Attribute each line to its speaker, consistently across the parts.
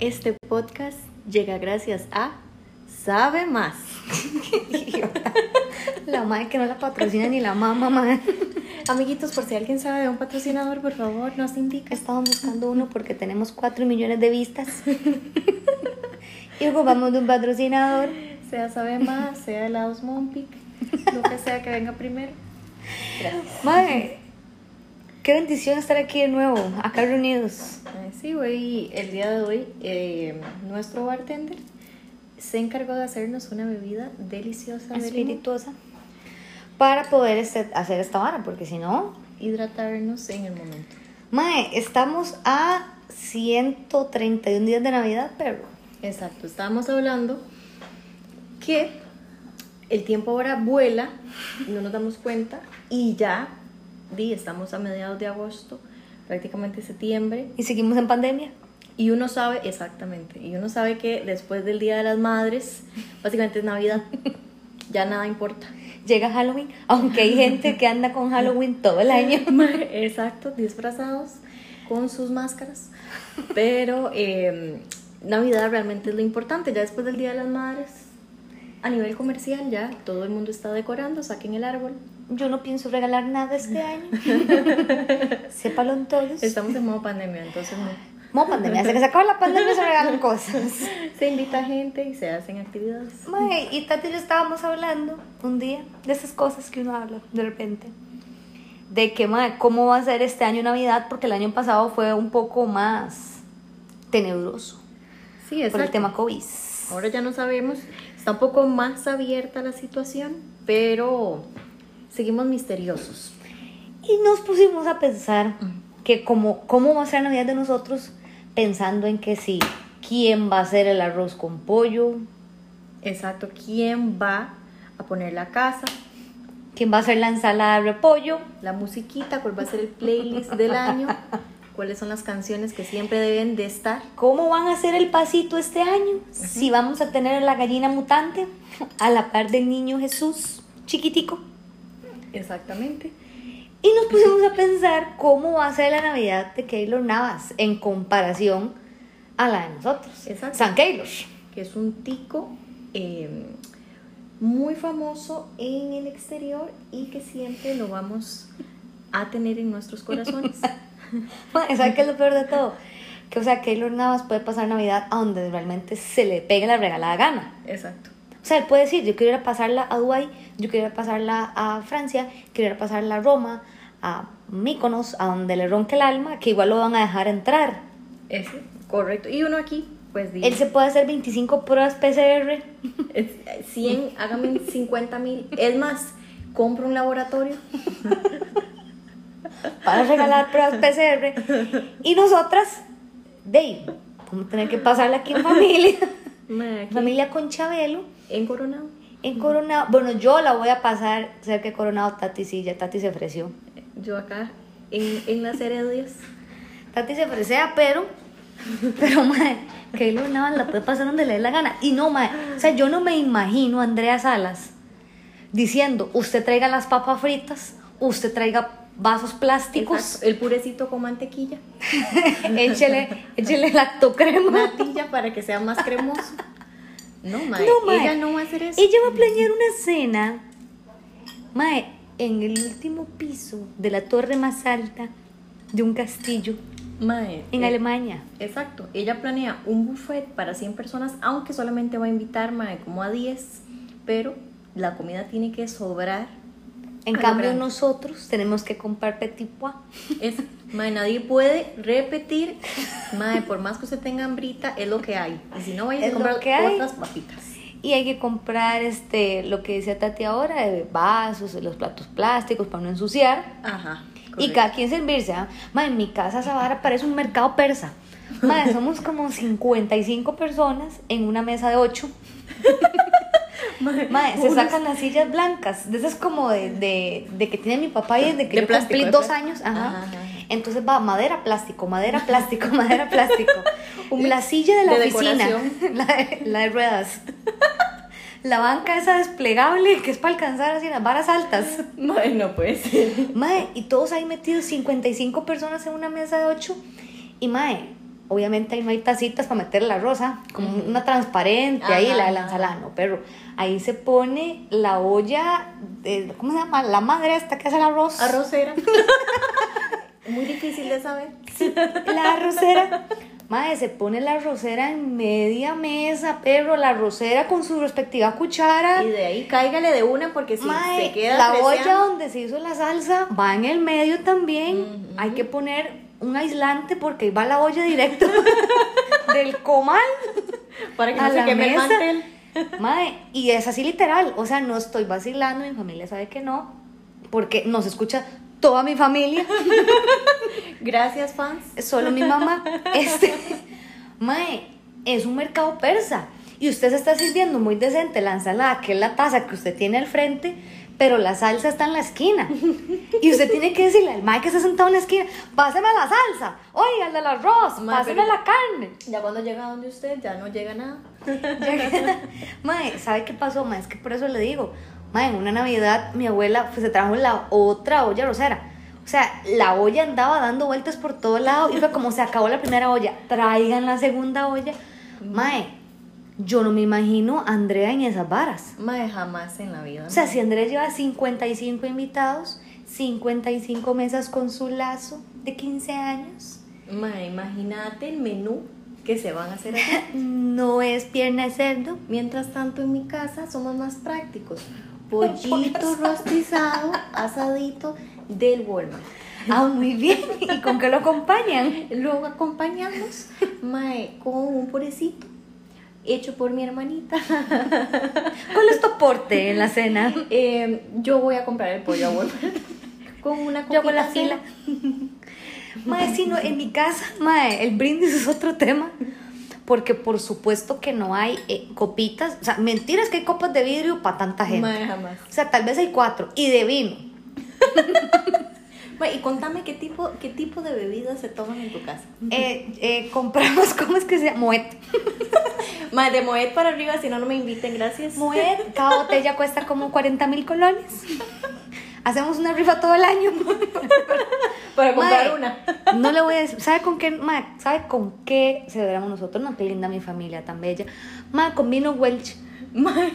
Speaker 1: Este podcast llega gracias a Sabe Más.
Speaker 2: La madre que no la patrocina ni la mamá, madre.
Speaker 1: Amiguitos, por si alguien sabe de un patrocinador, por favor, nos indica.
Speaker 2: Estaban buscando uno porque tenemos 4 millones de vistas. Y ocupamos de un patrocinador.
Speaker 1: Sea Sabe Más, sea Helados Monpic, lo que sea que venga primero. Gracias.
Speaker 2: Madre, qué bendición estar aquí de nuevo, acá reunidos.
Speaker 1: Ay, Sí, hoy, el día de hoy, eh, nuestro bartender se encargó de hacernos una bebida deliciosa de limón,
Speaker 2: Espirituosa. Para poder este- hacer esta vara, porque si no.
Speaker 1: hidratarnos en el momento.
Speaker 2: Mae, estamos a 131 días de Navidad, perro.
Speaker 1: Exacto, estábamos hablando que el tiempo ahora vuela, no nos damos cuenta y ya, di, estamos a mediados de agosto, prácticamente septiembre,
Speaker 2: Y seguimos en pandemia.
Speaker 1: y uno sabe, exactamente, y uno sabe que después del Día de las Madres, básicamente es Navidad, ya nada importa.
Speaker 2: Llega Halloween, aunque hay gente que anda con Halloween todo el año.
Speaker 1: Exacto, disfrazados con sus máscaras, pero eh, Navidad realmente es lo importante, ya después del Día de las Madres. A nivel comercial ya todo el mundo está decorando, saquen el árbol.
Speaker 2: Yo no pienso regalar nada este año. Sépalo en todos.
Speaker 1: Estamos en modo pandemia, entonces no.
Speaker 2: Mo pandemia, hasta que se acabe la pandemia se regalan cosas.
Speaker 1: Se invita gente y se hacen actividades.
Speaker 2: Mae, y Tati y yo estábamos hablando un día de esas cosas que uno habla de repente. De que, mae, ¿cómo va a ser este año Navidad? Porque el año pasado fue un poco más tenebroso por
Speaker 1: Sí,
Speaker 2: el
Speaker 1: exacto.
Speaker 2: tema COVID.
Speaker 1: Ahora ya no sabemos, está un poco más abierta la situación, pero seguimos misteriosos.
Speaker 2: Y nos pusimos a pensar que como, cómo va a ser la Navidad de nosotros pensando en que sí, ¿quién va a hacer el arroz con pollo?
Speaker 1: Exacto, ¿quién va a poner la casa?
Speaker 2: ¿Quién va a hacer la ensalada de repollo?
Speaker 1: la musiquita, cuál va a ser el playlist del año, cuáles son las canciones que siempre deben de estar.
Speaker 2: ¿Cómo van a hacer el pasito este año? Si vamos a tener a la gallina mutante a la par del niño Jesús chiquitico.
Speaker 1: Exactamente.
Speaker 2: Y nos pusimos a pensar cómo va a ser la Navidad de Keylor Navas en comparación a la de nosotros.
Speaker 1: Exacto.
Speaker 2: San Keylor.
Speaker 1: Que es un tico eh, muy famoso en el exterior y que siempre lo vamos a tener en nuestros corazones.
Speaker 2: Mae, ¿Sabe qué es lo peor de todo? Que, o sea, Keylor Navas puede pasar Navidad a donde realmente se le pegue la regalada gana.
Speaker 1: Exacto.
Speaker 2: O sea, él puede decir, yo quiero ir a pasarla a Dubái, yo quiero ir a pasarla a Francia, quiero ir a pasarla a Roma, a Mykonos, a donde le ronque el alma, que igual lo van a dejar entrar.
Speaker 1: Ese, correcto. Y uno aquí, pues di-
Speaker 2: Él se puede hacer 25 pruebas PCR.
Speaker 1: es- 100, hágame 50 mil. Es más, compro un laboratorio.
Speaker 2: para regalar pruebas PCR. Y nosotras, Dave, vamos a tener que pasarla aquí en familia.
Speaker 1: Mae, aquí,
Speaker 2: Familia con Chabelo,
Speaker 1: en Coronado.
Speaker 2: en Coronado. Bueno, yo la voy a pasar cerca de Coronado, Tati, sí, ya Tati se ofreció.
Speaker 1: Yo acá, en, en las heredias.
Speaker 2: Tati se fresea, pero. Pero, madre, Keylor Navas la puede pasar donde le dé la gana. Y no, madre. O sea, yo no me imagino a Andrea Salas diciendo: Usted traiga las papas fritas, usted traiga vasos plásticos,
Speaker 1: Exacto, El purecito con mantequilla,
Speaker 2: échele, échele lactocrema.
Speaker 1: natilla para que sea más cremoso. No, mae,
Speaker 2: No, mae.
Speaker 1: ella no va a hacer eso.
Speaker 2: Ella va a planear una cena, madre, en el último piso de la torre más alta de un castillo
Speaker 1: Mae,
Speaker 2: en
Speaker 1: eh,
Speaker 2: Alemania.
Speaker 1: Exacto, ella planea un buffet para 100 personas, aunque solamente va a invitar mae, como a 10, pero la comida tiene que sobrar.
Speaker 2: En
Speaker 1: a lo
Speaker 2: cambio,
Speaker 1: grande.
Speaker 2: nosotros tenemos que comprar petit pois.
Speaker 1: Es, mae, nadie puede repetir, mae, por más que usted tenga hambrita, es lo que hay. Y si no, vaya a
Speaker 2: Es lo
Speaker 1: comprar
Speaker 2: que hay.
Speaker 1: otras papitas.
Speaker 2: Y hay que comprar este lo que decía Tati ahora, de vasos, los platos plásticos para no ensuciar.
Speaker 1: Ajá.
Speaker 2: Y cada quien servirse. ¿ah? Ma, en mi casa esa vara parece un mercado persa. Ma, somos como 55 personas en una mesa de 8.
Speaker 1: Mae,
Speaker 2: Ma, se
Speaker 1: unos-
Speaker 2: sacan las sillas blancas. De esas como de, de- de que tiene mi papá y desde que
Speaker 1: De
Speaker 2: yo
Speaker 1: plástico,
Speaker 2: cumplí
Speaker 1: de
Speaker 2: dos
Speaker 1: plástico.
Speaker 2: años. Ajá.
Speaker 1: Ajá, ajá.
Speaker 2: Entonces va madera, plástico, madera, plástico, madera, plástico. Un- La silla de la
Speaker 1: De
Speaker 2: oficina.
Speaker 1: decoración.
Speaker 2: La de, la de ruedas. La banca esa desplegable que es para alcanzar así las varas altas.
Speaker 1: Mae, no puede ser.
Speaker 2: Mae, y todos ahí metidos, 55 personas en una mesa de 8. Y Mae, Obviamente ahí no hay tacitas para meter la rosa, como una transparente ahí,
Speaker 1: Ajá,
Speaker 2: la de
Speaker 1: ajá.
Speaker 2: la ensalada, no, pero ahí se pone la olla, de- ¿cómo se llama? La madre esta que hace el arroz.
Speaker 1: Arrocera. Muy difícil de saber.
Speaker 2: La arrocera. Madre, se pone la arrocera en media mesa, pero la arrocera con su respectiva cuchara.
Speaker 1: Y de ahí cáigale de una porque si
Speaker 2: Mae,
Speaker 1: se queda
Speaker 2: la olla
Speaker 1: apreciando-
Speaker 2: donde se hizo la salsa va en el medio también.
Speaker 1: Ujú.
Speaker 2: Hay que poner un aislante porque ahí va la olla directo del comal
Speaker 1: para que
Speaker 2: a
Speaker 1: no se
Speaker 2: la
Speaker 1: queme el
Speaker 2: mesa.
Speaker 1: mantel.
Speaker 2: Mae, y es así literal. O sea, no estoy vacilando, mi familia sabe que no, porque nos escucha toda mi familia,
Speaker 1: Gracias, fans.
Speaker 2: solo mi mamá. Este, mae, es un mercado persa. Y usted se está sirviendo muy decente la ensalada, que es la taza que usted tiene al frente, pero la salsa está en la esquina. Y usted tiene que decirle al mae que está sentado en la esquina, páseme la salsa, oiga, el del arroz,
Speaker 1: Mae,
Speaker 2: páseme
Speaker 1: pero-
Speaker 2: la carne.
Speaker 1: Ya cuando llega donde usted, ya no llega nada.
Speaker 2: Mae, ¿sabe qué pasó? Mae, es que por eso le digo. Mae, en una Navidad mi abuela pues, se trajo la otra olla rosera. O sea, la olla andaba dando vueltas por todo lado y fue como se acabó la primera olla, traigan la segunda olla. Mae, yo no me imagino a Andrea en esas varas.
Speaker 1: Mae, jamás en la vida.
Speaker 2: O sea,
Speaker 1: mae.
Speaker 2: si Andrea lleva 55 invitados, 55 mesas con su lazo de 15 años,
Speaker 1: Mae, imagínate el menú que se van a hacer aquí.
Speaker 2: no es pierna de cerdo,
Speaker 1: Mientras tanto, en mi casa somos más prácticos. Pollito rostizado, asadito del Walmart.
Speaker 2: Ah, muy bien. ¿Y con qué lo acompañan?
Speaker 1: Luego acompañamos mae, con un purecito hecho por mi hermanita.
Speaker 2: ¿Cuál es tu aporte en la cena?
Speaker 1: Eh, yo voy a comprar el pollo a Walmart con una
Speaker 2: Yo hago la
Speaker 1: coquita
Speaker 2: fila.
Speaker 1: cero.
Speaker 2: Mae, sí, no, en mi casa, mae, el brindis es otro tema. Porque por supuesto que no hay eh, copitas. O sea, mentiras que hay copas de vidrio para tanta gente.
Speaker 1: Mae, jamás.
Speaker 2: O sea, tal vez hay cuatro. Y de vino.
Speaker 1: Mae, y contame qué tipo, qué tipo de bebidas se toman en tu casa.
Speaker 2: Eh, eh, compramos, ¿cómo es que se llama? Moet.
Speaker 1: Mae, de Moet para arriba, si no, no me inviten, gracias.
Speaker 2: Moet, cada botella cuesta como 40 mil colones. Hacemos una rifa todo el año.
Speaker 1: Para comprar
Speaker 2: Mae,
Speaker 1: una.
Speaker 2: No le voy a decir. ¿Sabe con qué, mae? ¿Sabe con qué celebramos nosotros? No, qué linda mi familia, tan bella. Mae, con vino Welch.
Speaker 1: Mae,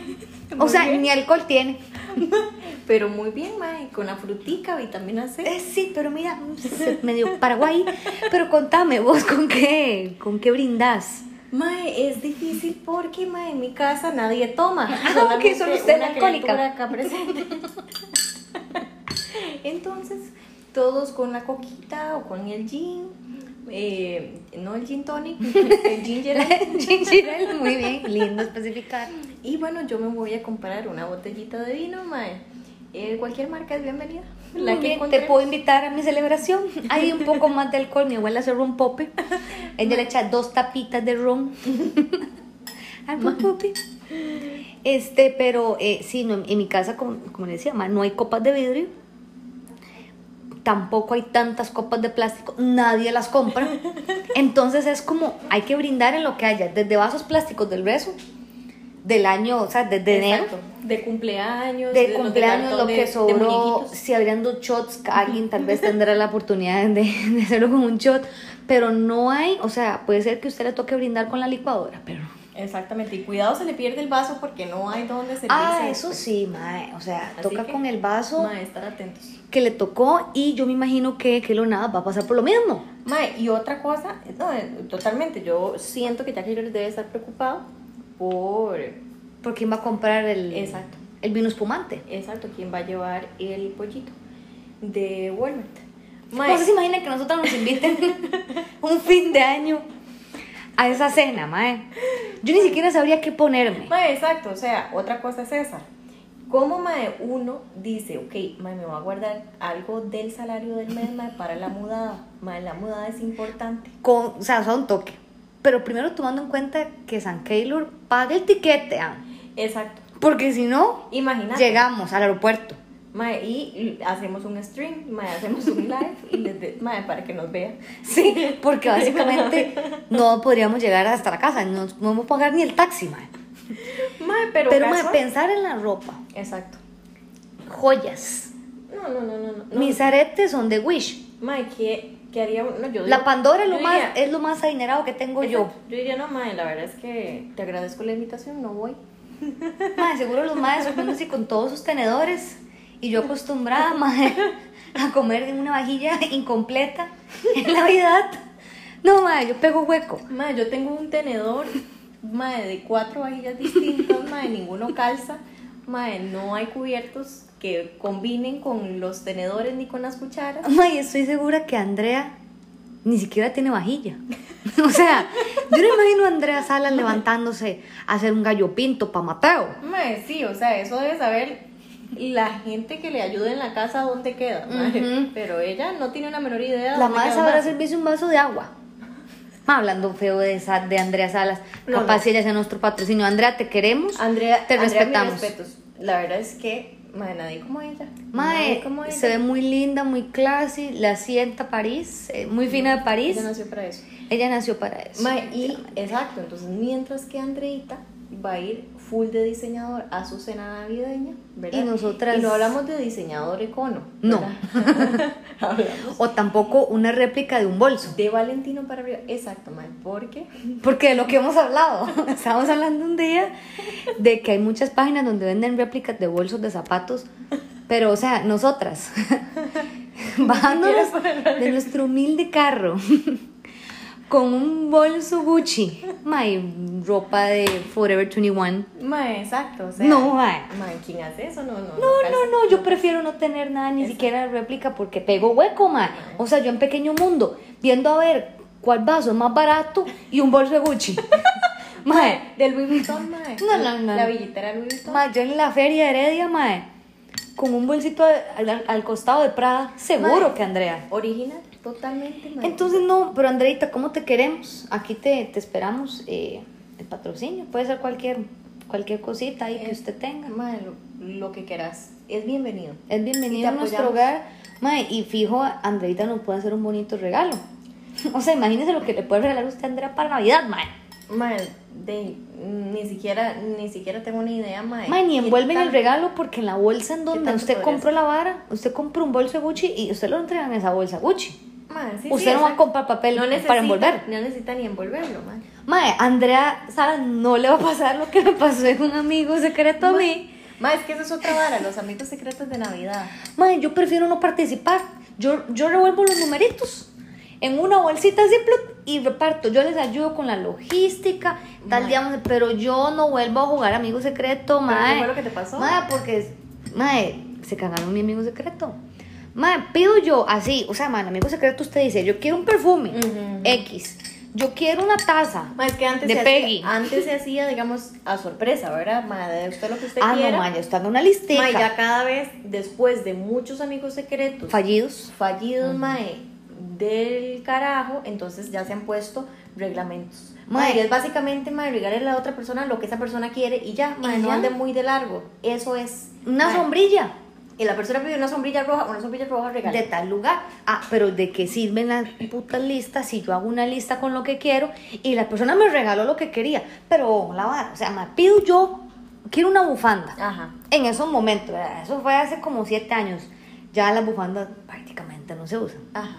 Speaker 2: O
Speaker 1: muy
Speaker 2: sea,
Speaker 1: bien.
Speaker 2: ni alcohol tiene.
Speaker 1: pero muy bien, mae, con la frutica, vitamina C.
Speaker 2: Eh, sí, pero mira, mm, medio Paraguay. Pero contame, vos, ¿con qué? ¿Con qué brindás?
Speaker 1: Mae, es difícil porque, mae, en mi casa nadie toma.
Speaker 2: ok, solo usted
Speaker 1: una
Speaker 2: es alcohólica.
Speaker 1: criatura acá presente. Entonces, todos con la coquita o con el gin. eh, no el gin tonic, el ginger ale.
Speaker 2: Ginger ale, muy bien, lindo especificar.
Speaker 1: Y bueno, yo me voy a comprar una botellita de vino, mae. Eh, cualquier marca es bienvenida. La
Speaker 2: Muy
Speaker 1: que
Speaker 2: bien, te
Speaker 1: encontremos.
Speaker 2: puedo invitar a mi celebración. Hay un poco más de alcohol, mi abuela hace ron pope. Ella le echa dos tapitas de ron. Al ron pope. Este, pero eh, sí, no, en mi casa, como, como le decía, ma, no hay copas de vidrio. Tampoco hay tantas copas de plástico, nadie las compra. Entonces es como, hay que brindar en lo que haya, desde vasos plásticos del resto, del año, o sea, desde enero
Speaker 1: Exacto. De cumpleaños,
Speaker 2: de
Speaker 1: los
Speaker 2: cumpleaños
Speaker 1: cartón
Speaker 2: lo
Speaker 1: de-
Speaker 2: que
Speaker 1: de
Speaker 2: sobró,
Speaker 1: muñequitos.
Speaker 2: si habrían dos shots, alguien tal vez tendrá la oportunidad de, de hacerlo con un shot, pero no hay, o sea, puede ser que usted le toque brindar con la licuadora, pero...
Speaker 1: Exactamente, y cuidado se le pierde el vaso porque no hay dónde servirse.
Speaker 2: Ah, eso
Speaker 1: después.
Speaker 2: sí, mae, o sea,
Speaker 1: Así
Speaker 2: toca
Speaker 1: que,
Speaker 2: con el vaso
Speaker 1: Mae, estar atentos.
Speaker 2: que le tocó y yo me imagino que, que lo nada va a pasar por lo mismo.
Speaker 1: Mae, y otra cosa, no, eh, totalmente, yo siento que ya que debe estar preocupado por,
Speaker 2: Porque va a comprar el,
Speaker 1: Exacto.
Speaker 2: el vino espumante.
Speaker 1: exacto, quién va a llevar el pollito de Walmart. Mae,
Speaker 2: ¿Cómo se imagina que nosotros nos inviten un fin de año a esa cena, mae? Yo ni siquiera sabría qué ponerme.
Speaker 1: mae, exacto, o sea, otra cosa es esa. ¿Cómo mae, uno dice, ok, mae, me voy a guardar algo del salario del mes mae, para la mudada? Mae, la mudada es importante.
Speaker 2: con, o sea, son toque. Pero primero tomando en cuenta que San Keylor paga el tiquete, ah,
Speaker 1: Exacto.
Speaker 2: porque si no,
Speaker 1: Imagínate.
Speaker 2: llegamos al aeropuerto.
Speaker 1: Mae, y y hacemos un stream, mae, hacemos un live y les de- mae, para que nos vean.
Speaker 2: Sí, porque básicamente no podríamos llegar hasta la casa, no, no vamos a pagar ni el taxi, mae.
Speaker 1: Mae, pero,
Speaker 2: Pero mae,
Speaker 1: casual.
Speaker 2: pensar en la ropa,
Speaker 1: Exacto.
Speaker 2: joyas.
Speaker 1: No, no, no, no, no.
Speaker 2: Mis aretes son de Wish.
Speaker 1: Mae, qué ¿Qué haría uno? Yo digo-
Speaker 2: La Pandora es lo,
Speaker 1: yo
Speaker 2: más,
Speaker 1: diría-
Speaker 2: es lo más adinerado que tengo yo.
Speaker 1: Exacto. Yo diría, no, madre, la verdad es que te agradezco la invitación, no voy.
Speaker 2: Mae, seguro los madres comiendo así con todos sus tenedores. Y yo acostumbrada, mae, a comer de una vajilla incompleta en Navidad. No, mae, yo pego hueco.
Speaker 1: Madre, yo tengo un tenedor, madre, de cuatro vajillas distintas, madre, ninguno calza. Madre, no hay cubiertos que combinen con los tenedores ni con las cucharas.
Speaker 2: Mae, estoy segura que Andrea ni siquiera tiene vajilla. O sea, yo no imagino a Andrea Salas levantándose a hacer un gallo pinto para Mateo.
Speaker 1: Madre, sí, o sea, eso debe saber la gente que le ayude en la casa dónde queda, madre.
Speaker 2: Ujú.
Speaker 1: Pero ella no tiene la menor idea.
Speaker 2: La
Speaker 1: dónde
Speaker 2: madre
Speaker 1: queda un
Speaker 2: sabrá
Speaker 1: vaso.
Speaker 2: servirse un vaso de agua. Ma, hablando feo de, esa, de Andrea Salas,
Speaker 1: No,
Speaker 2: capaz
Speaker 1: no.
Speaker 2: si ella sea nuestro patrocinio. Andrea, te queremos.
Speaker 1: Andrea,
Speaker 2: te
Speaker 1: Andrea, mis
Speaker 2: respetamos.
Speaker 1: respetos. La verdad es que, madre, nadie como ella.
Speaker 2: Mae,
Speaker 1: Nadie como ella.
Speaker 2: se ve muy linda, muy classy, la sienta París, eh, muy fina de París.
Speaker 1: Ella nació para eso.
Speaker 2: Ella nació para eso.
Speaker 1: Mae, y exacto, entonces mientras que Andreita va a ir full de diseñador a su cena navideña, ¿verdad?
Speaker 2: Y nosotras-
Speaker 1: Y no hablamos de diseñador econo.
Speaker 2: No.
Speaker 1: ¿verdad? hablamos
Speaker 2: O tampoco una réplica de un bolso.
Speaker 1: de Valentino para arriba. Exacto, mae, porque
Speaker 2: Porque de lo que hemos hablado, estábamos hablando un día de que hay muchas páginas donde venden réplicas de bolsos de zapatos, pero o sea, nosotras, bajándonos de nuestro humilde carro con un bolso Gucci, my ropa de Forever 21.
Speaker 1: mae, exacto, o sea,
Speaker 2: No, mae.
Speaker 1: mae, ¿quién hace eso? No, no.
Speaker 2: No,
Speaker 1: calza.
Speaker 2: no, no, yo prefiero no tener nada, ni siquiera réplica, porque pego hueco, ma. O sea, yo en pequeño mundo, viendo a ver cuál vaso es más barato y un bolso de Gucci. mae,
Speaker 1: Del Louis Vuitton, mae.
Speaker 2: No, no, no.
Speaker 1: La billetera Louis Vuitton.
Speaker 2: mae, yo en la feria de Heredia, mae, con un bolsito al, al- al costado de Prada, seguro
Speaker 1: Mae.
Speaker 2: que Andrea.
Speaker 1: Original, totalmente, mae.
Speaker 2: Entonces, no, pero Andreita, ¿cómo te queremos? Aquí te, te esperamos eh, el patrocinio, puede ser cualquier, cualquier cosita ahí que usted tenga.
Speaker 1: Mae, lo, lo que quieras. Es bienvenido.
Speaker 2: Es
Speaker 1: Y
Speaker 2: bienvenido
Speaker 1: te
Speaker 2: a nuestro
Speaker 1: apoyamos.
Speaker 2: hogar. Mae, y fijo, Andreita nos puede hacer un bonito regalo. O sea, imagínese lo que le puede regalar usted a Andrea para Navidad, mae.
Speaker 1: Mae, de, ni siquiera, ni siquiera tengo una idea, mae.
Speaker 2: Mae, ni
Speaker 1: ¿Qué
Speaker 2: envuelven el
Speaker 1: tan-
Speaker 2: regalo porque en la bolsa en donde
Speaker 1: tanto
Speaker 2: usted
Speaker 1: podría
Speaker 2: compró la vara, usted compró un bolso de Gucci y usted lo entrega en esa bolsa Gucci.
Speaker 1: Mae, sí,
Speaker 2: usted
Speaker 1: sí,
Speaker 2: no va a
Speaker 1: exacto.
Speaker 2: comprar papel
Speaker 1: No necesita-
Speaker 2: para envolver.
Speaker 1: No necesita ni envolverlo, mae.
Speaker 2: Mae, Andrea, ¿sabes? No le va a pasar lo que me pasó en un amigo secreto a mí.
Speaker 1: Mae, es que eso es otra vara, los amigos secretos de Navidad.
Speaker 2: Mae, yo prefiero no participar. Yo, yo revuelvo los numeritos en una bolsita así plut, y reparto. Yo les ayudo con la logística, tal día, vamos a- pero yo no vuelvo a jugar amigo secreto,
Speaker 1: ¿Pero
Speaker 2: mae.
Speaker 1: qué fue lo que te pasó?
Speaker 2: Mae, porque, mae, se cagaron mi amigo secreto. Mae, pido yo así, o sea, mae, el amigo secreto usted dice, yo quiero un perfume
Speaker 1: Ujú.
Speaker 2: X, yo quiero una taza
Speaker 1: Mae, es que antes
Speaker 2: de
Speaker 1: se
Speaker 2: Peggy.
Speaker 1: Hacía, antes se hacía, digamos, a sorpresa, ¿verdad? Mae, de usted lo que usted
Speaker 2: ah,
Speaker 1: quiera.
Speaker 2: no, mae, yo estoy dando una listica.
Speaker 1: Mae, ya cada vez, después de muchos amigos secretos
Speaker 2: Fallidos.
Speaker 1: fallidos, mae, del carajo, entonces ya se han puesto reglamentos.
Speaker 2: Mae.
Speaker 1: Mae, y es básicamente, mae, regalarle a la otra persona lo que esa persona quiere y ya, mae,
Speaker 2: Y
Speaker 1: no
Speaker 2: ya.
Speaker 1: ande muy de largo. Eso es.
Speaker 2: Una
Speaker 1: mae.
Speaker 2: sombrilla.
Speaker 1: Y la persona pide una sombrilla roja, una sombrilla roja
Speaker 2: de
Speaker 1: regala.
Speaker 2: tal lugar. Ah, pero ¿de qué sirven las putas listas si yo hago una lista con lo que quiero y la persona me regaló lo que quería? Pero la vara, o sea, me pido yo, quiero una bufanda.
Speaker 1: Ajá.
Speaker 2: En esos momentos, ¿verdad? eso fue hace como siete años. Ya las bufandas prácticamente no se usan.
Speaker 1: Ajá.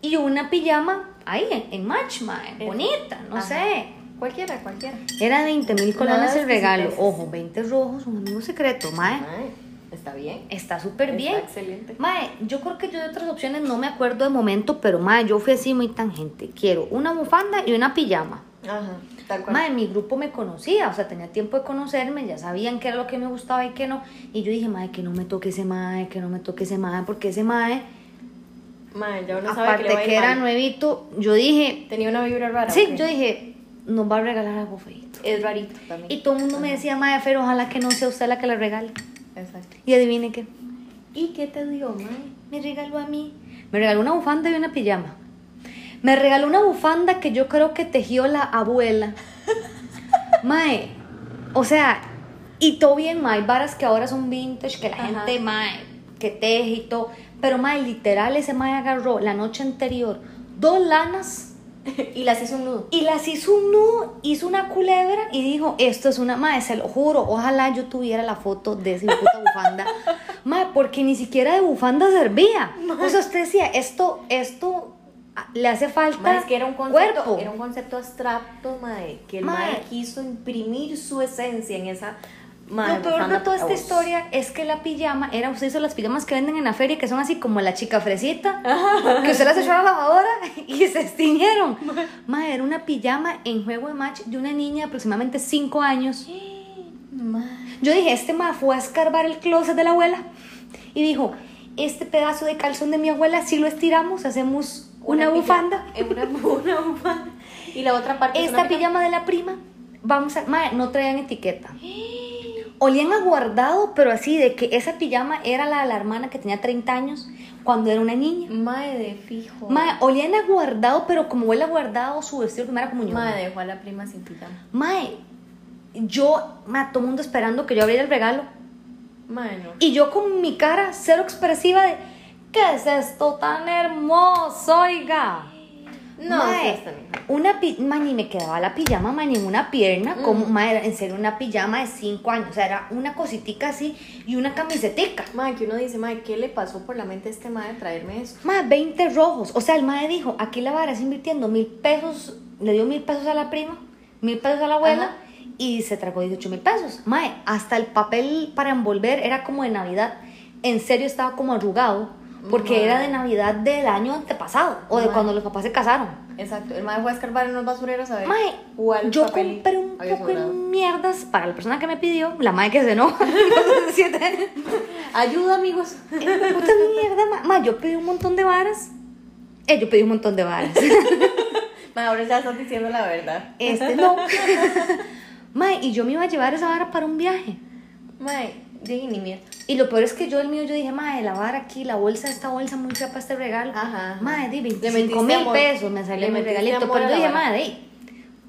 Speaker 2: Y una pijama ahí, en, en match, mae,
Speaker 1: Eh,
Speaker 2: bonita, no
Speaker 1: ajá.
Speaker 2: sé.
Speaker 1: Cualquiera, cualquiera.
Speaker 2: Era 20 mil colones
Speaker 1: Nada
Speaker 2: el regalo.
Speaker 1: exquisitez.
Speaker 2: Ojo, 20 rojos, un amigo secreto, mae.
Speaker 1: Mae, está bien.
Speaker 2: Está Ah. Eh, súper
Speaker 1: Está
Speaker 2: bien.
Speaker 1: excelente.
Speaker 2: Mae, yo creo que yo de otras opciones no me acuerdo de momento, pero mae, yo fui así muy tangente. Quiero una bufanda y una pijama.
Speaker 1: Ajá. Tal cual.
Speaker 2: Mae, mi grupo me conocía, o sea, tenía tiempo de conocerme, ya sabían qué era lo que me gustaba y qué no. Y yo dije, mae, que no me toque ese mae, que no me toque ese mae, porque ese mae,
Speaker 1: Mae, ya uno sabe que
Speaker 2: aparte
Speaker 1: le va a
Speaker 2: que,
Speaker 1: ir
Speaker 2: era
Speaker 1: mal.
Speaker 2: nuevito, yo dije,
Speaker 1: Tenía una vibra rara.
Speaker 2: sí,
Speaker 1: ¿o qué?
Speaker 2: yo dije, nos va a regalar algo feito.
Speaker 1: Es rarito también.
Speaker 2: Y todo el mundo me decía, mae, pero ojalá que no sea usted la que le regale.
Speaker 1: Exacto.
Speaker 2: Y adivine qué,
Speaker 1: ¿Y qué te dio, mae?
Speaker 2: me regaló a mí. Me regaló una bufanda y una pijama. Me regaló una bufanda que yo creo que tejió la abuela. Mae, o sea, y todo bien, mae, hay varas que ahora son vintage, que la
Speaker 1: Ajá.
Speaker 2: gente, mae, que teje y todo. Pero, mae, literal, ese mae agarró la noche anterior dos lanas
Speaker 1: y las hizo un nudo.
Speaker 2: y las hizo un nudo, hizo una culebra y dijo, esto es una mae, se lo juro, ojalá yo tuviera la foto de esa puta bufanda. Mae, porque ni siquiera de bufanda servía. O sea, usted decía, esto, esto le hace falta
Speaker 1: Mae, es que era un concepto,
Speaker 2: cuerpo.
Speaker 1: era un concepto abstracto, mae, que el
Speaker 2: Mae.
Speaker 1: mae quiso imprimir su esencia en esa mae,
Speaker 2: Lo peor de
Speaker 1: bufanda
Speaker 2: toda esta
Speaker 1: voz.
Speaker 2: historia es que la pijama era usted hizo las pijamas que venden en la feria que son así como la chica fresita que usted las echó a la lavadora y se extinguieron. Madre, era una pijama en juego de match de una niña de aproximadamente 5 años.
Speaker 1: Mae.
Speaker 2: Yo dije, este ma fue a escarbar el closet de la abuela y dijo, este pedazo de calzón de mi abuela si lo estiramos hacemos una,
Speaker 1: pijama-
Speaker 2: bufanda.
Speaker 1: eh, una, una bufanda. Y la otra parte es
Speaker 2: Esta
Speaker 1: una
Speaker 2: pijama de la prima, vamos a. Madre, no traían etiqueta. Olían aguardado, pero así, de que esa pijama era la de la hermana que tenía 30 años cuando era una niña.
Speaker 1: Mae de fijo.
Speaker 2: Mae, olían aguardado, pero como huele aguardado su vestido de primera comunión.
Speaker 1: Mae dejó a la prima sin pijama.
Speaker 2: Mae, yo, mae, todo mundo esperando que yo abriera el regalo.
Speaker 1: Mae no.
Speaker 2: Y yo con mi cara cero expresiva de, ¿qué es esto tan hermoso, oiga?
Speaker 1: No,
Speaker 2: Mae,
Speaker 1: sí, está bien.
Speaker 2: una pi- mae, ni me quedaba la pijama, mae, ni en una pierna, como, mae, era en serio, una pijama de 5 años, o sea, era una cositica así y una camisetica.
Speaker 1: Mae, que uno dice, mae, ¿qué le pasó por la mente a este mae de traerme esto?
Speaker 2: Mae, 20 rojos, o sea, el mae dijo, aquí la vara es invirtiendo mil pesos, le dio mil pesos a la prima, mil pesos a la abuela
Speaker 1: Ajá.
Speaker 2: y se tragó 18 mil pesos. Mae, hasta el papel para envolver era como de Navidad, en serio estaba como arrugado, porque
Speaker 1: Mae.
Speaker 2: era de Navidad del año antepasado, o de
Speaker 1: Mae.
Speaker 2: cuando los papás se casaron.
Speaker 1: Exacto, el mae fue a escarbar en los basureros a ver
Speaker 2: Mae,
Speaker 1: cuál
Speaker 2: yo
Speaker 1: papel
Speaker 2: compré un
Speaker 1: había
Speaker 2: poco de
Speaker 1: sobrado.
Speaker 2: mierdas para la persona que me pidió, la madre que se enoja. no sé si te-
Speaker 1: Ayuda, amigos.
Speaker 2: Puta mierda, ma, ma, yo pedí un montón de varas. Eh, yo pedí un montón de varas.
Speaker 1: Mae, ahora ya estás diciendo la verdad.
Speaker 2: Este no. Ma, y yo me iba a llevar esa vara para un viaje.
Speaker 1: Mae, dije ni mierda.
Speaker 2: Y lo peor es que yo el mío, yo dije, madre, la vara aquí, la bolsa, esta bolsa muy chapa este regalo.
Speaker 1: Ajá, ajá.
Speaker 2: Madre, di
Speaker 1: metiste
Speaker 2: 25 mil
Speaker 1: amor.
Speaker 2: pesos me
Speaker 1: Le
Speaker 2: salió mi
Speaker 1: metiste
Speaker 2: regalito.
Speaker 1: amor
Speaker 2: Pero yo
Speaker 1: a la
Speaker 2: dije,
Speaker 1: vara.
Speaker 2: madre,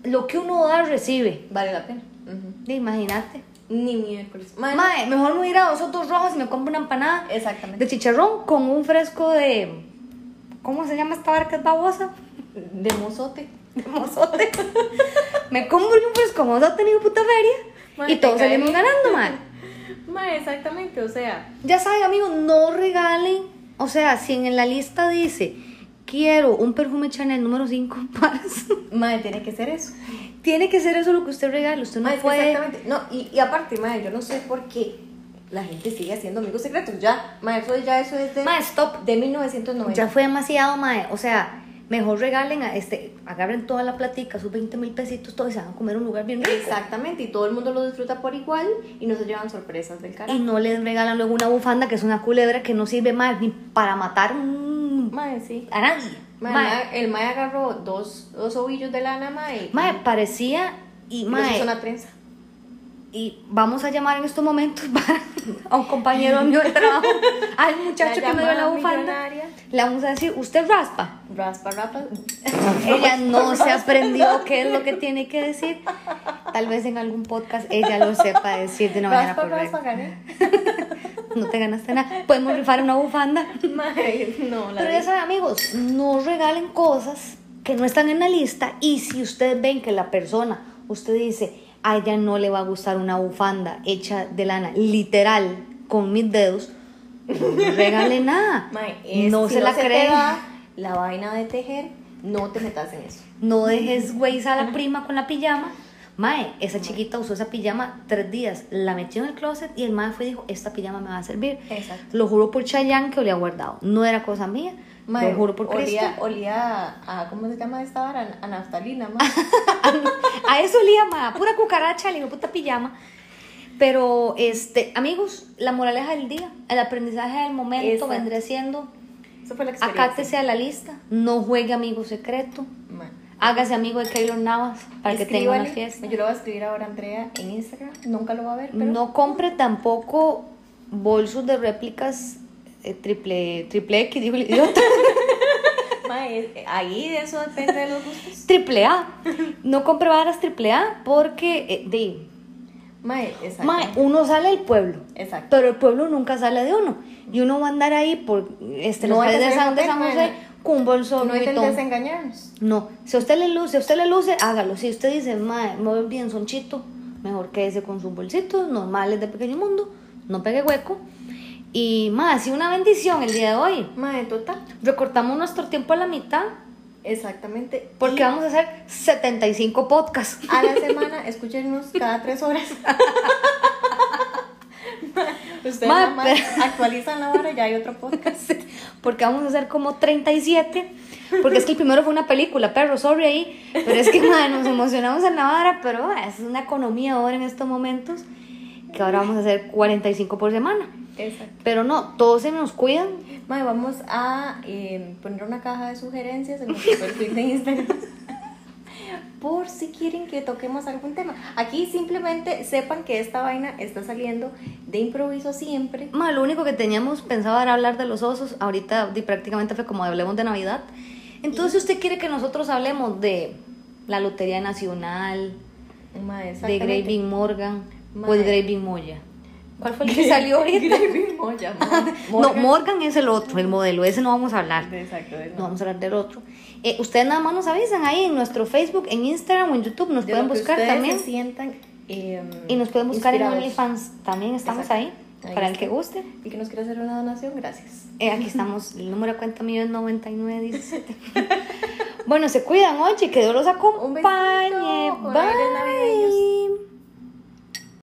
Speaker 2: di, lo que uno da, recibe.
Speaker 1: Vale la pena. Ujú.
Speaker 2: Di, Imagínate.
Speaker 1: Ni miércoles. Mae,
Speaker 2: Mae, mejor me voy a ir a esos dos rojos y me compro una empanada
Speaker 1: Exactamente.
Speaker 2: de chicharrón con un fresco de. ¿Cómo se llama esta barca que es babosa?
Speaker 1: De mozote.
Speaker 2: De mozote. me compro un fresco de mozote en mi puta feria
Speaker 1: Mae,
Speaker 2: y todos
Speaker 1: te cae
Speaker 2: salimos
Speaker 1: bien.
Speaker 2: ganando, mae.
Speaker 1: Mae, exactamente, o sea.
Speaker 2: Ya saben, amigos, no regalen. O sea, si en la lista dice quiero un perfume Chanel número 5 paras,
Speaker 1: Mae, tiene que ser eso.
Speaker 2: tiene que ser eso lo que usted regale. Usted no
Speaker 1: Mae, es que
Speaker 2: puede.
Speaker 1: exactamente. No, y, y aparte, mae, yo no sé por qué la gente sigue haciendo amigos secretos. Ya, mae, eso ya eso es de,
Speaker 2: Mae, stop.
Speaker 1: de 1990.
Speaker 2: Ya fue demasiado, mae. O sea, mejor regalen, a este, agarren toda la platica, sus 20 mil pesitos, todos y se van a comer a un lugar bien rico.
Speaker 1: Exactamente, y todo el mundo lo disfruta por igual y no se llevan sorpresas del
Speaker 2: Y
Speaker 1: canal.
Speaker 2: no les regalan luego una bufanda que es una culebra que no sirve más ni para matar un-
Speaker 1: Mae, sí.
Speaker 2: a nadie.
Speaker 1: Mae,
Speaker 2: Mae,
Speaker 1: el mae agarró dos, dos ovillos de lana, mae.
Speaker 2: mae, parecía y
Speaker 1: y
Speaker 2: mae,
Speaker 1: los hizo una trenza.
Speaker 2: y vamos a llamar en estos momentos para- a un compañero mío de trabajo, al muchacho
Speaker 1: La
Speaker 2: que me dio la
Speaker 1: llamada
Speaker 2: bufanda.
Speaker 1: millonaria.
Speaker 2: Le vamos a decir, usted raspa.
Speaker 1: Raspa, raspa.
Speaker 2: Ella no se aprendió qué es lo que tiene que decir. Tal vez en algún podcast ella lo sepa decir de una manera
Speaker 1: raspa, raspa,
Speaker 2: correcta.
Speaker 1: gané.
Speaker 2: No te ganaste nada. Podemos rifar una bufanda.
Speaker 1: Mae, no, la
Speaker 2: Pero ya saben, amigos, no regalen cosas que no están en la lista. Y si ustedes ven que la persona, usted dice, a ella no le va a gustar una bufanda hecha de lana, literal, con mis dedos, no regale nada.
Speaker 1: Mae, es-
Speaker 2: no
Speaker 1: si
Speaker 2: se la
Speaker 1: te
Speaker 2: creen.
Speaker 1: da la vaina de tejer, no te metas en eso.
Speaker 2: No dejes güeyes a la prima con la pijama. Mae, esa chiquita usó esa pijama tres días, la metió en el closet y el mae fue y dijo, esta pijama me va a servir.
Speaker 1: Exacto.
Speaker 2: Lo juro por Chayanne que olía guardado. No era cosa mía.
Speaker 1: Mae,
Speaker 2: lo juro por Cristo.
Speaker 1: olía, olía a, a- ¿cómo se llama esta vara? A naftalina, mae.
Speaker 2: A eso olía, ma, pura cucaracha, le digo, puta pijama. Pero, este, amigos, la moraleja del día, el aprendizaje del momento
Speaker 1: Exacto.
Speaker 2: vendría siendo,
Speaker 1: Eso fue la experiencia.
Speaker 2: acátese a la lista, no juegue amigo secreto,
Speaker 1: Mae.
Speaker 2: hágase amigo de Keylor Navas para que tenga una
Speaker 1: Escríbale.
Speaker 2: fiesta.
Speaker 1: Yo lo voy a escribir ahora a Andrea en Instagram. Nunca lo va a ver, pero.
Speaker 2: No compre tampoco bolsos de réplicas eh, triple, triple X, digo el idiota.
Speaker 1: Mae, es- ahí de eso depende de los gustos.
Speaker 2: triple A. No compre varas triple A porque, eh, de,
Speaker 1: Mae, exacto.
Speaker 2: ma, uno sale del pueblo.
Speaker 1: Exacto.
Speaker 2: pero el pueblo nunca sale de uno y uno va a andar ahí por este
Speaker 1: No
Speaker 2: los
Speaker 1: hay que
Speaker 2: calles de
Speaker 1: hacer
Speaker 2: San, de
Speaker 1: papel,
Speaker 2: San José
Speaker 1: madre.
Speaker 2: con un bolso
Speaker 1: no
Speaker 2: Louis
Speaker 1: intentes
Speaker 2: Vuitton.
Speaker 1: engañarnos.
Speaker 2: no si a usted le luce si a usted le luce hágalo si usted dice madre me voy bien sonchito mejor quédese con sus bolsitos normales de pequeño mundo no pegue hueco y más y una bendición el día de hoy
Speaker 1: Mae, total.
Speaker 2: recortamos nuestro tiempo a la mitad
Speaker 1: Exactamente.
Speaker 2: Porque
Speaker 1: Y
Speaker 2: vamos a hacer 75 podcasts.
Speaker 1: a la semana, escúchenos cada tres horas. Ustedes
Speaker 2: Ma,
Speaker 1: nada más actualizan la hora y ya hay otro podcast.
Speaker 2: Porque vamos a hacer como 37. Porque es que el primero fue una película, perro, sorry ahí. Pero es que madre, nos emocionamos en Navarra, pero ah, es una economía ahora en estos momentos. Que ahora vamos a hacer 45 por semana.
Speaker 1: Exacto.
Speaker 2: Pero no, todos se nos cuidan.
Speaker 1: Mae, vamos a eh, poner una caja de sugerencias en nuestro perfil de Instagram. Por si quieren que toquemos algún tema. Aquí simplemente sepan que esta vaina está saliendo de improviso siempre.
Speaker 2: Ma, lo único que teníamos pensado era hablar de los osos. Ahorita di, prácticamente fue como hablemos de Navidad. Entonces, si usted quiere que nosotros hablemos de la Lotería Nacional,
Speaker 1: Mae,
Speaker 2: de
Speaker 1: exactamente.
Speaker 2: Graving Morgan,
Speaker 1: Ma,
Speaker 2: o el
Speaker 1: eh.
Speaker 2: Graving Moya. ¿Cuál fue el que salió ahorita?
Speaker 1: Gravy Moya, mae.
Speaker 2: No, Morgan es el otro, el modelo. Ese no vamos a hablar.
Speaker 1: Exacto,
Speaker 2: No vamos a hablar del otro. Eh, ustedes nada más nos avisan ahí en nuestro Facebook, en Instagram o en YouTube. Nos pueden buscar también.
Speaker 1: Se sientan, eh,
Speaker 2: Y nos pueden buscar en
Speaker 1: inspirados.
Speaker 2: OnlyFans. También estamos
Speaker 1: Exacto.
Speaker 2: ahí.
Speaker 1: Ahí
Speaker 2: para el
Speaker 1: está.
Speaker 2: que guste.
Speaker 1: Y que nos quiera hacer una donación, gracias.
Speaker 2: Eh, aquí estamos. El número de cuenta mío es 9917. bueno, se cuidan, oye. Que Dios los acompañe.
Speaker 1: con aires
Speaker 2: Bye.
Speaker 1: navideños.